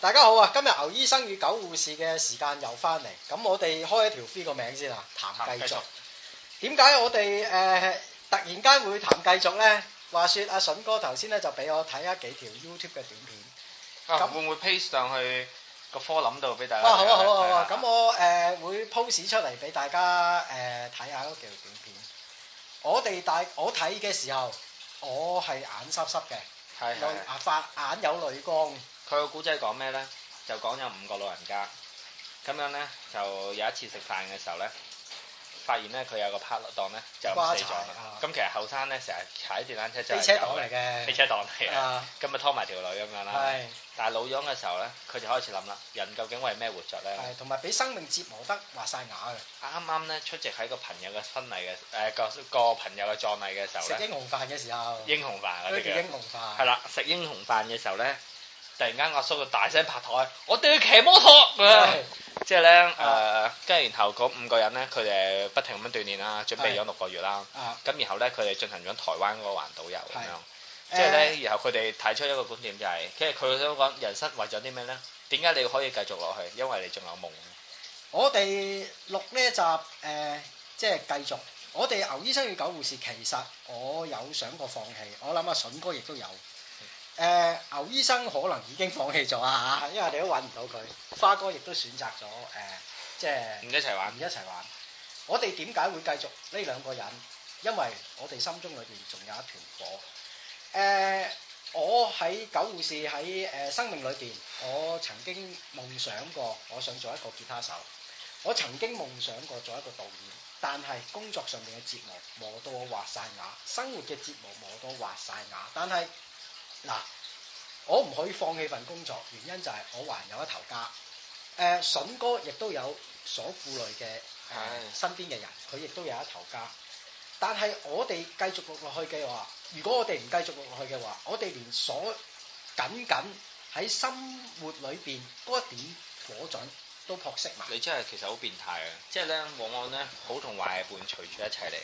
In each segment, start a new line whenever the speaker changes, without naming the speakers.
大家好啊！今日牛醫生與狗護士嘅時間又翻嚟，咁我哋開一條 free 個名先啊，談繼續。點解我哋誒、呃突然間會談繼續咧？話說阿筍哥頭先咧就俾我睇咗幾條 YouTube 嘅短片。
啊
咁
會唔會 paste 上去個科諗度俾大家睇
哇，
下？
好啊，好啊，好啊！
係
咁我誒、呃、會 post 出嚟俾大家誒睇下嗰條短片。我哋大我睇嘅時候，我係眼濕濕嘅，
係
有
係。
眼發眼有淚光。
佢個古仔講咩咧？就講有五個老人家，咁樣咧就有一次食飯嘅時候咧，發現咧佢有個拍落檔咧就
瓜
咁死咗
柴啊
啦。咁其實後生咧成日踩電單車就
汽車黨嚟嘅
汽車黨嚟嘅，
啊，
咁咪拖埋條女咁樣啦。
係
但係老咗嘅時候咧，佢就開始諗啦，人究竟為咩活着咧？
係，同埋俾生命折磨得滑晒牙
啱啱咧出席喺個朋友嘅婚禮嘅誒個個朋友嘅葬禮嘅時
嘅，
候
食
咧，
英啊雄飯嘅時候，
英雄飯嗰
都
啲
叫
嘅。
英雄
係
飯。
啦，食英雄飯嘅時候咧，突然間阿叔就大聲拍台，我哋要騎摩托啊！
係
即係咧誒，跟住然後嗰五個人咧，佢哋不停咁樣鍛鍊啦，準備咗六個月啦。
啊，
咁然後咧，佢哋進行咗台灣嗰個環島遊咁樣。
誒
即係咧，然後佢哋提出一個觀點就係，其實佢想講人生為咗啲咩咧？點解你可以繼續落去？因為你仲有夢。
我哋錄呢一集誒、呃即係繼續。我哋牛醫生與狗護士，其實我有想過放棄，我諗阿筍哥亦都有。誒、牛醫生可能已經放棄咗啊，因為你都揾唔到佢。花哥亦都選擇咗誒、呃即係
唔一齊
唔。
玩
一齊玩。我哋點解會繼續呢兩個人？因為我哋心中裏邊仲有一團火。誒、我喺狗護士喺誒生命裏邊，我曾經夢想過，我想做一個吉他手。我曾經夢想過做一個導演，但係工作上面嘅折磨磨到我滑晒牙，生活嘅折磨磨到我滑晒牙。但係嗱，我唔可以放棄份工作，原因就係我還有一頭家。誒、筍哥亦都有所顧慮嘅
係
誒身邊嘅人，佢亦都有一頭家。但係我哋繼續錄落去嘅話，如果我哋唔繼續錄落去嘅話，我哋連所僅僅喺生活裏邊嗰一點火種都撲熄埋。
你真係其實好變態嘅，即係咧往往咧好同壞係伴隨住一齊嚟。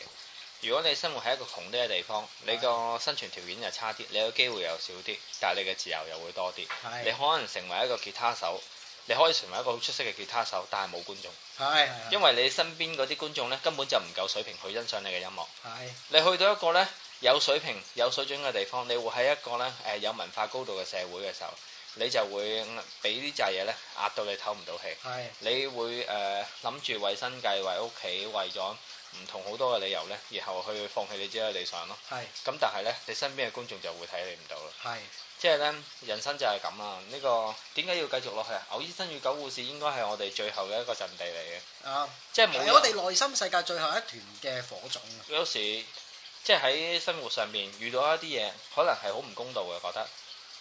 如果你生活喺一個窮啲嘅地方，你個生存條件就差啲，你嘅機會又少啲，但係你嘅自由又會多啲。你
係
可能成為一個吉他手，你可以成為一個好出色嘅吉他手，但係冇觀眾，
係
因為你身邊嗰啲觀眾咧根本就唔夠水平去欣賞你嘅音樂。
係
你去到一個咧有水平、有水準嘅地方，你會喺一個咧誒有文化高度嘅社會嘅時候，你就會嗯俾呢扎嘢咧壓到你唞唔到氣。
係
你會誒諗住為生計、為屋企、為咗唔同好多嘅理由咧，然後去放棄你自己嘅理想咯。
係
咁但係咧，你身邊嘅觀眾就會睇你唔到啦。
係
即係咧，人生就係咁啊！呢、個點解要繼續落去啊？牛醫生與狗護士應該係我哋最後嘅一個陣地嚟嘅，
啊！
即係冇
係我哋內心世界最後一團嘅火種啊！
有時即係喺生活上面遇到一啲嘢，可能係好唔公道嘅，覺得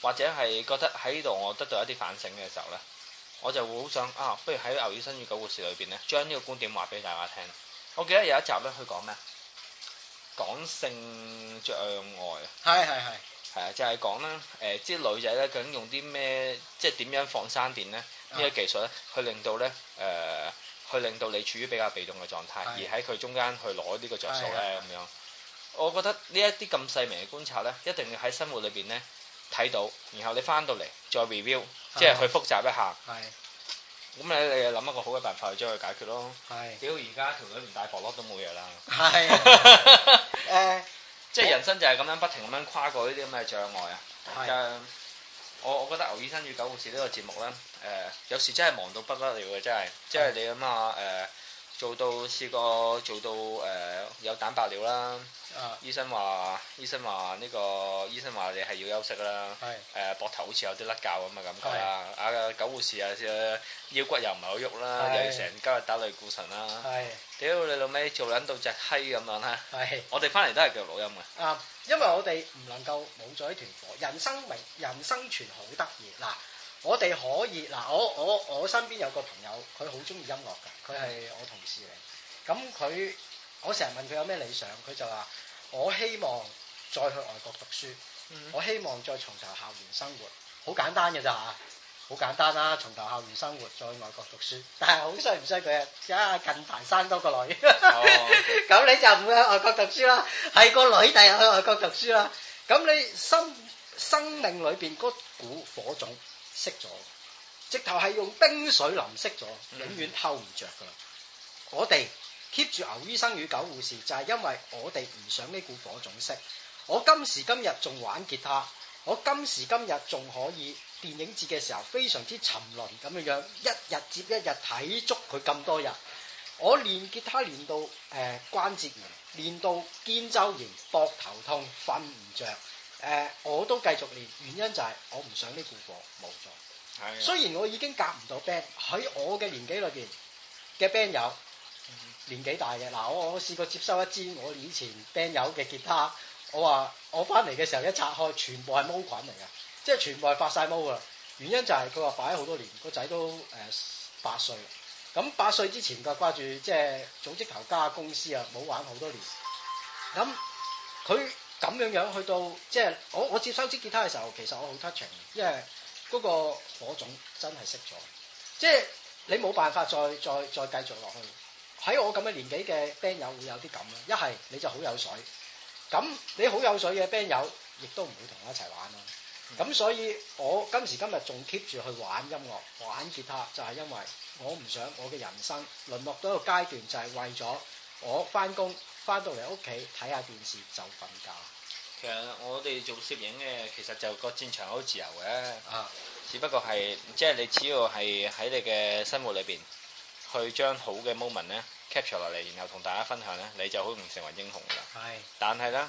或者係覺得喺度我得到一啲反省嘅時候呢，我就會好想啊，不如喺牛醫生與狗護士裏邊呢，將呢個觀點話俾大家聽。我記得有一集呢，佢講咩？講性障礙啊，
係係係
係啊，就係講呢，誒、啲女仔呢，究竟用啲咩，即係點樣放生電呢？呢個技術咧，去令到咧誒、呃去令到你處於比較被動嘅狀態，
係
而喺佢中間去攞呢個着數
係
咧咁樣。我覺得呢一啲咁細微嘅觀察咧，一定要喺生活裏邊咧睇到，然後你翻到嚟再 review，即係去複習一下。
係
咁你你諗一個好嘅辦法去將佢解決咯。
係
屌，而家條女唔戴薄褸都冇嘢啦。
係誒
即係人生就係咁樣不停咁樣跨過呢啲咁嘅障礙啊。
係
誒我我覺得牛醫生與狗護士呢個節目咧，誒、有時真係忙到不得了嘅，真係，即係你諗下誒，做到試過做到誒、有蛋白尿啦，
啊
醫生話醫生話呢、個醫生話你係要休息啦。
係
誒膊頭好似有啲甩臼咁嘅感覺啦，啊狗護士啊誒腰骨又唔係好喐啦，
係
又要成日交日打類固醇啦，
係
屌你老尾做撚到隻閪咁樣啦，
係。
我哋翻嚟都係繼續錄音嘅。
啊，因為我哋唔能夠冇咗呢團火，人生明人生存好得意嗱。我哋可以嗱，我我我身邊有個朋友，佢好中意音樂㗎，佢係我同事嚟。咁佢我成日問佢有咩理想，佢就話：我希望再去外國讀書，
嗯
我希望再重投校園生活。好簡單嘅咋嚇，好簡單啦，重投校園生活，再去外國讀書。但係好衰唔衰佢啊？而家近排生多個女。
哦 OK
咁你就唔會去外國讀書啦，係個女第日去外國讀書啦。咁你生生命裏邊嗰股火種熄咗，直頭係用冰水淋熄咗，永
嗯
遠透唔着噶啦。我哋 keep 住牛醫生與狗護士，就係、因為我哋唔想呢股火種熄。我今時今日仲玩吉他，我今時今日仲可以電影節嘅時候非常之沉淪咁樣樣，一日接一日睇足佢咁多日。我練吉他練到誒、呃、關節炎，練到肩周炎，膊頭痛，瞓唔着。誒、呃我都繼續練，原因就係我唔想呢股火冇咗。
係啊
雖然我已經夾唔到 band，喺我嘅年紀裏邊嘅 band 友
嗯，
年紀大嘅嗱，我我試過接收一支我以前 band 友嘅吉他，我話我翻嚟嘅時候一拆開，全部係毛菌嚟嘅，即係全部係發晒毛噶啦。原因就係佢話擺咗好多年，個仔都誒八歲，咁八歲之前佢掛住即係組織頭家公司啊，冇玩好多年，咁佢咁樣樣去到即係我我接收支吉他嘅時候，其實我好 touching，因為。嗰個火種真係熄咗，即係你冇辦法再再再繼續落去。喺我咁嘅年紀嘅 band 友會有啲咁啦，一係你就好有水，咁你好有水嘅 band 友亦都唔會同我一齊玩啦。咁所以我今時今日仲 keep 住去玩音樂、玩吉他，就係因為我唔想我嘅人生淪落到一個階段，就係為咗我翻工翻到嚟屋企睇下電視就瞓覺。
其實我哋做攝影嘅，其實就個戰場好自由嘅，
啊，
只不過係即係你只要係喺你嘅生活裏邊，去將好嘅 moment 咧 capture 落嚟，然後同大家分享咧，你就好容易成為英雄㗎啦。
係
但係咧，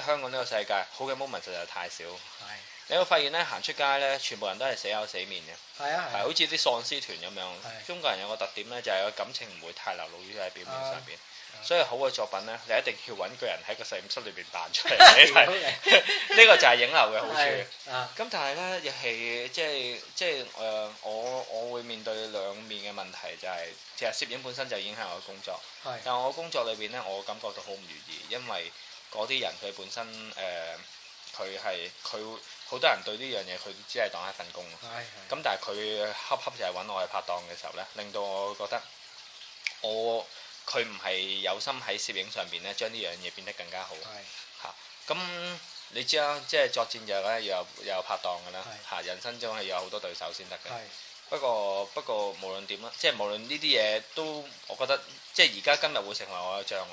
喺香港呢個世界，好嘅 moment 實在太少。
係
你會發現咧，行出街咧，全部人都係死口死面嘅，
係啊
係
係
好似啲喪屍團咁
係
樣。中國人有個特點咧，就係個感情唔會太流露於喺表面上邊
啊，
所以好嘅作品咧，你一定要揾個人喺個實驗室裏邊扮 出嚟 俾你睇。呢個就係影樓嘅好處。
係啊。
咁但係咧，亦係即係即係誒、呃我我會面對兩面嘅問題，就係、其實攝影本身就已經係我嘅工作，
係
但我工作裏邊咧，我感覺到好唔如意，因為嗰啲人佢本身誒，呃佢係佢好多人對呢樣嘢佢只係當係一份工。
係
咁但係佢恰恰就係揾我係拍檔嘅時候呢，令到我覺得我佢唔係有心喺攝影上邊呢，將呢樣嘢變得更加好。咁你知啦，即係作戰就咧要有要有拍檔㗎啦，嚇人生中係有好多對手先得嘅。
係
不過不過無論點啦，即係無論呢啲嘢都，我覺得即係而家今日會成為我嘅障礙，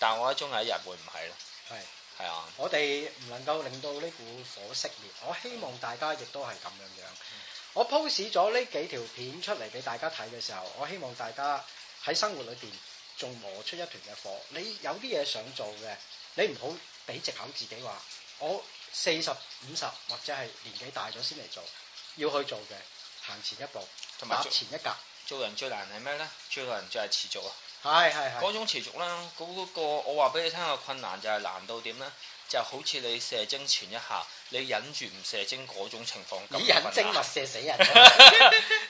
但我覺得終有一日會唔係咯。
係
係啊，
我哋唔能夠令到呢股火熄滅，我希望大家亦都係咁樣樣。
嗯
我 post 咗呢幾條片出嚟俾大家睇嘅時候，我希望大家喺生活裏邊仲磨出一團嘅火。你有啲嘢想做嘅，你唔好俾藉口自己話我四十五十或者係年紀大咗先嚟做，要去做嘅，行前一步，
同埋
踏
做
前一格，
做人最難係咩呢？最難就係持續啊！
係係係
嗰種持續啦，嗰、個我話俾你聽嘅困難就係難到點呢？就好似你射精前一下，你忍住唔射精嗰啊種情況咁
以引精啊
困
物
難
射死 人。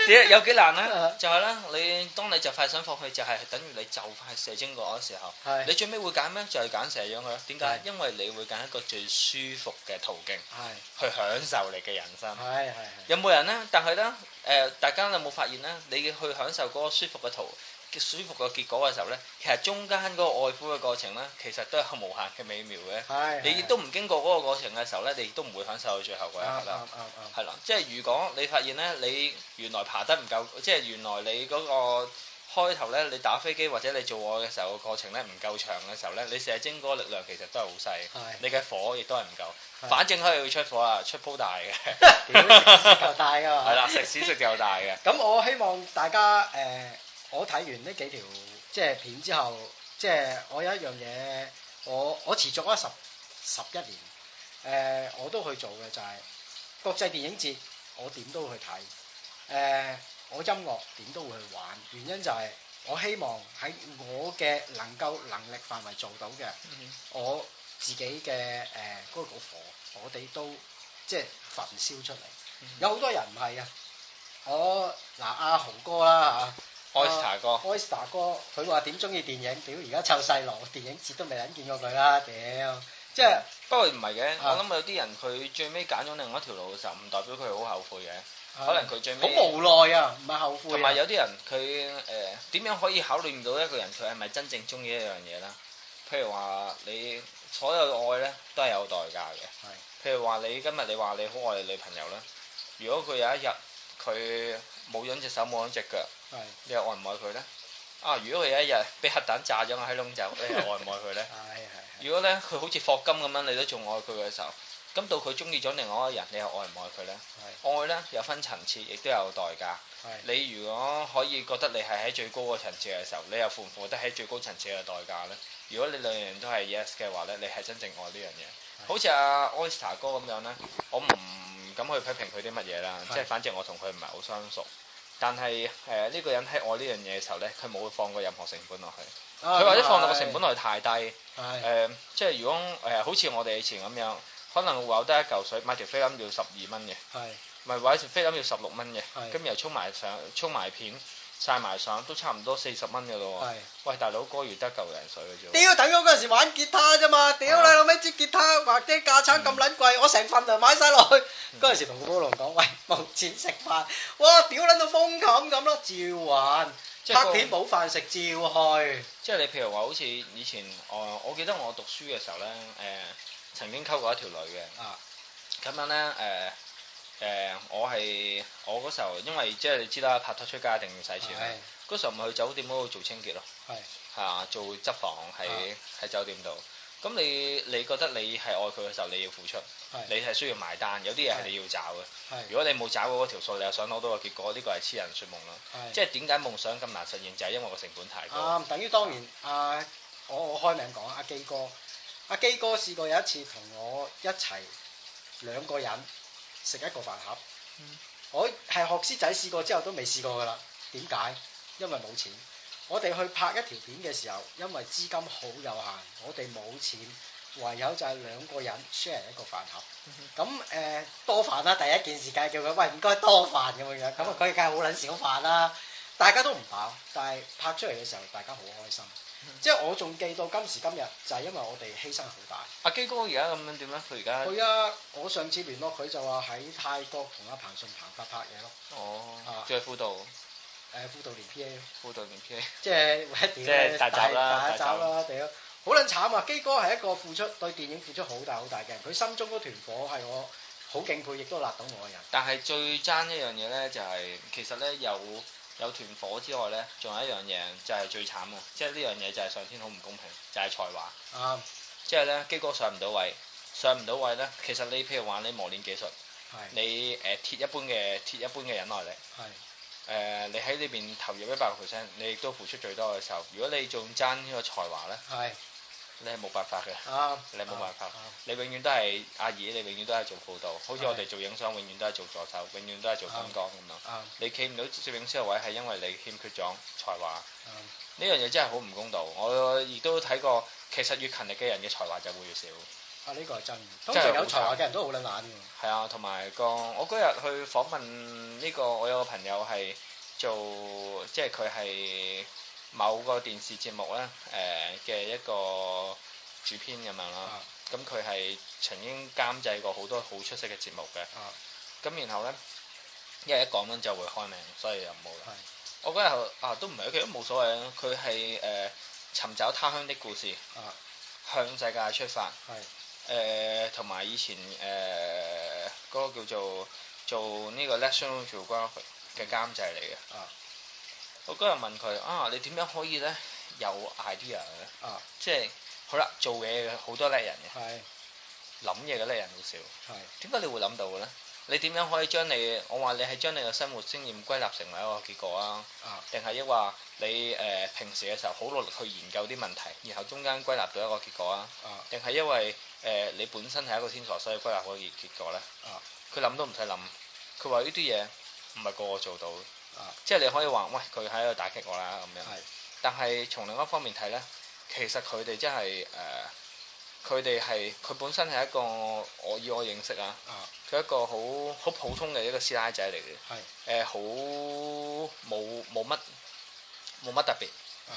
點有幾 難
啊
呢？就係呢，你當你就快想放棄，就係等於你就快射精嗰時候，
係
你最尾會揀咩？就係揀射咗佢啦。點
係
解？因為你會揀一個最舒服嘅途徑
係
去享受你嘅人生。
係係係。
有冇人呢？但係呢，誒、大家有冇發現呢？你去享受嗰個舒服嘅途、嘅舒服嘅結果嘅時候呢，其實中間嗰個愛撫嘅過程呢，其實都有無限嘅美妙嘅。
係，
你亦都唔經過嗰個過程嘅時候呢，你亦都唔會享受到最後嗰
啱
一
啱
刻啦。
啱啱，
係啦，即係如果你發現呢，你原來爬得唔夠，即係原來你嗰、個。開頭呢，你打飛機或者你做愛嘅時候個過程呢，唔夠長嘅時候呢，你射精嗰個力量其實都係好細，
係
你嘅火亦都係唔
係
夠，反正可以出火啦，出鋪大嘅。
屌食屎夠大啊噶嘛。
係啦，食屎食就大嘅。
啊咁我希望大家誒、呃我睇完呢幾條即係片之後，即係我有一樣嘢，我我持續咗十十一年，誒、我都去做嘅就係、國際電影節，我點都會去睇，誒、我音樂點都會去玩，原因就係、我希望喺我嘅能夠能力範圍做到嘅，我自己嘅誒嗰個火，我哋都即係焚燒出嚟。有好多人唔係啊，我嗱阿豪哥啦嚇
Oyster 哥
，Oyster 哥佢話點中意電影，屌而家湊細路，電影節都未撚見過佢啦，屌！即係
不過唔係嘅，
啊
我諗有啲人佢最尾揀咗另外一條路嘅時候，唔代表佢好後悔嘅，可能佢最
啊好
尾。
無奈啊，唔係後
同
悔啊
埋，有啲人佢誒點樣可以考慮到一個人佢係咪真正中意一樣嘢啦？譬如話你所有嘅愛咧都係有代價嘅。譬如話你今日你話你好愛你女朋友啦，如果佢有一日佢冇咗隻手冇咗隻腳，
係
你又愛唔愛佢咧？啊，如果佢有一日俾核彈炸咗我喺窿走，你又愛唔愛佢咧？
係係
如果咧佢好似霍金咁樣，你都仲愛佢嘅時候，咁到佢中意咗另外一個人，你又愛唔愛佢咧？愛咧有分層次，亦都有代價。
係
你如果可以覺得你係喺最高嘅層次嘅時候，你又付唔付得起最高層次嘅代價咧？如果你兩樣都係 yes 嘅話咧，你係真正愛呢樣嘢。
係
好似阿 Oyster 哥咁樣咧，我唔敢去批評佢啲乜嘢啦，
係
即係反正我同佢唔係好相熟。但係誒呢個人喺愛呢樣嘢嘅時候咧，佢冇會放過任何成本落去，
啊係。
佢或者放落個成本落去太低。誒、
係
即係如果誒、好似我哋以前咁樣，可能會有得一嚿水買條菲林要十二蚊嘅，
係
唔係買條菲林要十六蚊嘅，
係
咁又沖埋上沖埋片晒埋上都差唔多四十蚊嘅咯喎。
係。
喂，大佬哥要得嚿零水嘅啫喎。
屌，等我嗰陣時玩吉他啫嘛，屌你老味支吉他或者架撐咁撚貴，我成份糧買晒落去。嗰陣時同個保龍講，喂，冇錢食飯，哇，屌撚到風冚咁咯，照玩。
即係個
拍片冇飯食，照去。
即係你譬如話，好似以前我我記得我讀書嘅時候咧，誒、曾經溝過一條女嘅。
啊
咁樣咧，誒、誒、我係我嗰時候，因為即係你知啦，拍拖出街一定要使錢啦。嗰時候咪去酒店嗰度做清潔咯，
係
係啊，做執房喺
啊
喺酒店度。咁你你覺得你係愛佢嘅時候，你要付出，
係
你係需要埋單，有啲嘢係你要找嘅。
係
如果你冇找過嗰條數，你又想攞到個結果，呢個係痴人說夢啦。
係。
即係點解夢想咁難實現，就係因為個成本太高。
啊，等於當年啊，我我開名講阿基哥，阿基哥試過有一次同我一齊兩個人食一個飯盒，
嗯
我係學師仔試過之後都未試過㗎啦。點解？因為冇錢。我哋去拍一條片嘅時候，因為資金好有限，我哋冇錢，唯有就係兩個人 share 一個飯盒。咁誒、多飯啦，第一件事梗係叫佢喂唔該多飯咁樣樣，咁啊佢梗係好撚少飯啦，大家都唔飽，但係拍出嚟嘅時候大家好開心，
嗯
即係我仲記到今時今日就係、因為我哋犧牲好大。
阿基哥而家咁樣點咧？佢而家
佢啊，我上次聯絡佢就話喺泰國同阿彭順彭發拍嘢咯，
哦
啊，
仲係輔導
誒、輔導連 P A 咯，
輔導連 P
即係喂
即
屌
係大集啦
大
大
集啦屌，好撚慘啊！基哥係一個付出對電影付出好大好大嘅人，佢心中嗰團火係我好敬佩，亦都辣到我嘅人。
但係最爭一樣嘢咧，就係、其實咧有有團火之外咧，仲有一樣嘢就係最慘嘅，即係呢樣嘢就係上天好唔公平，就係、才華。
啱，
即係咧，基哥上唔到位，上唔到位咧，其實你譬如話你磨練技術，
係
你誒、呃、鐵一般嘅鐵一般嘅忍耐力，誒、呃
係。
你喺呢邊投入一百個 percent，你亦都付出最多嘅時候，如果你仲爭呢個才華咧，
係
你係冇辦法嘅。
啱，
你冇辦法
啱，
你永遠都係阿姨，你永遠都係做輔導，好似
係啊
我哋做影相，永遠都係做助手，永遠都係做燈光咁樣。
啱
你企唔到攝影師嘅位係因為你欠缺咗才華，
啱
呢樣嘢真係好唔公道。我亦都睇過，其實越勤力嘅人嘅才華就會越少。
啊！呢個係真嘅，通
真係
常
好
有才華嘅人都好撚懶嘅。
係啊，同埋個我嗰日去訪問呢個，我有個朋友係做，即係佢係某個電視節目咧誒嘅一個主編咁樣啦
啊。
咁佢係曾經監製過好多好出色嘅節目嘅。
啊
咁然後咧，因為一講緊就會開名，所以就冇啦。我嗰日啊都唔係，其實都冇所謂啊。佢係誒尋找他鄉的故事，
啊
向世界出發。
係
誒呃同埋以前誒嗰、個叫做做呢個 National Geographic 嘅監製嚟嘅。
啊
我嗰日問佢啊，你點樣可以咧有 idea 嘅？
啊
即係好啦，做嘢嘅好多叻人嘅，
係
諗嘢嘅叻人好少。
係
點解你會諗到嘅咧？你點樣可以將你我話你係將你嘅生活經驗歸納成為一個結果啊？
啊
定係抑或你誒、呃平時嘅時候好努力去研究啲問題，然後中間歸納到一個結果啊？
啊
定係因為誒、呃你本身係一個天才，所以歸納嗰個結結果咧？
啊
佢諗都唔使諗，佢話呢啲嘢唔係個個做到，
啊
即係你可以話喂佢喺度打擊我啦咁樣。
係
但係從另一方面睇咧，其實佢哋真係誒，佢哋係佢本身係一個我以我認識啊，
啊
佢一個好好普通嘅一個師奶仔嚟嘅，
係
誒好冇冇乜冇乜特別，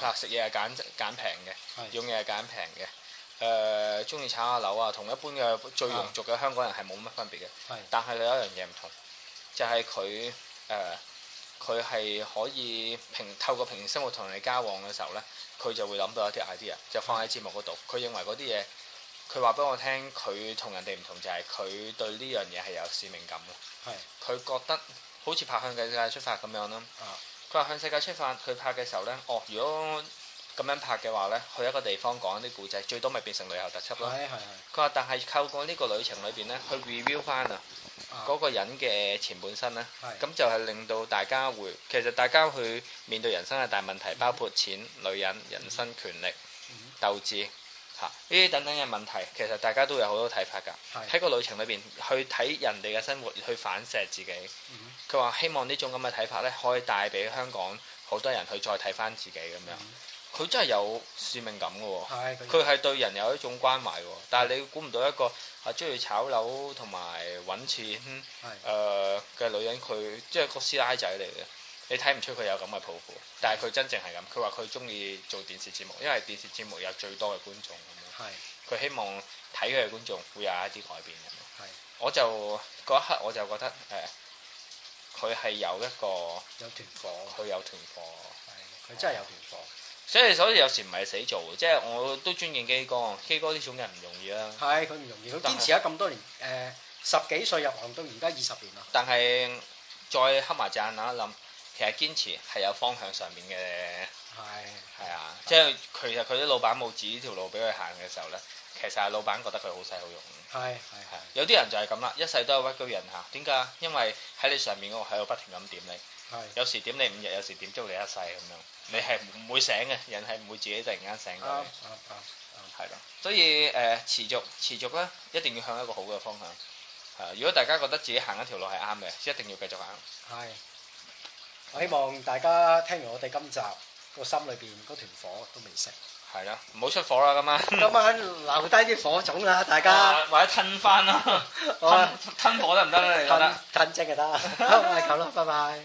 嗱食嘢係揀揀平嘅。
啊係
用嘢係揀平嘅。誒，中意炒下樓啊，同一般嘅最庸俗嘅香港人係冇乜分別嘅。
啊係
但係你有一樣嘢唔同，就係佢誒，佢係可以平透過平時生活同你交往嘅時候咧，佢就會諗到一啲 idea，就放喺節目嗰度。佢認為嗰啲嘢，佢話俾我聽，佢同人哋唔同就係佢對呢樣嘢係有使命感嘅。
係
佢覺得好似拍向世界出發咁樣啦
啊。
佢話向世界出發，佢拍嘅時候呢，哦，如果咁樣拍嘅話呢，去一個地方講一啲故仔，最多咪變成旅遊特輯咯。
係係係
佢話但係透過呢個旅程裏邊呢，去 review 翻啊
啊
嗰個人嘅前半生呢，
係
咁就係令到大家會其實大家去面對人生嘅大問題，包括錢、女人、人生、權力
嗯、
鬥志嚇呢啲等等嘅問題，其實大家都有好多睇法㗎。
係
喺個旅程裏邊去睇人哋嘅生活，去反射自己。
嗯
佢話希望呢種咁嘅睇法咧，可以帶俾香港好多人去再睇翻自己咁樣。佢真係有使命感嘅喎，
係佢
佢係對人有一種關懷喎。
嗯
但係你估唔到一個啊中意炒樓同埋揾錢
係
誒嘅女人，佢即係個師奶仔嚟嘅。你睇唔出佢有咁嘅抱負，但係佢真正係咁。佢話佢中意做電視節目，因為電視節目有最多嘅觀眾咁樣。
係
佢希望睇佢嘅觀眾會有一啲改變咁樣
係
我就嗰一刻我就覺得誒，呃佢、係有一個
有團火，
佢有團火，
係佢真係有團火。
所以所以有時唔係死做嘅，即係我都尊敬基哥，基哥呢種人唔容易啦。
係佢唔容易，佢堅持咗咁多年，誒、十幾歲入行到而家二十年啦。
但係再黑埋隻眼諗一諗，其實堅持係有方向上面嘅，
係
係啊，即係其實佢啲老闆冇指呢條路俾佢行嘅時候咧，其實係老闆覺得佢好細好用。
係係
係啊有啲人就係咁啦，一世都係屈居人下。點解？因為喺你上面嗰個喺度不停咁點你，
係
有時點你五日，有時點足你一世咁樣。你係唔會醒嘅，人係唔會自己突然間醒
啱
嘅
啱。啱。
係咯，所以誒、呃持續持續咧，一定要向一個好嘅方向。係啊，如果大家覺得自己行一條路係啱嘅，一定要繼續行。
係，我希望大家聽完我哋今集，個心裏邊嗰團火都未熄，
係啦，唔好出火啦咁啊！
今晚留低啲火種啦，大家
啊或者吞翻啦，
好啊
吞吞火得唔得咧？你覺得
褪？褪即就得，好係咁啦，拜拜。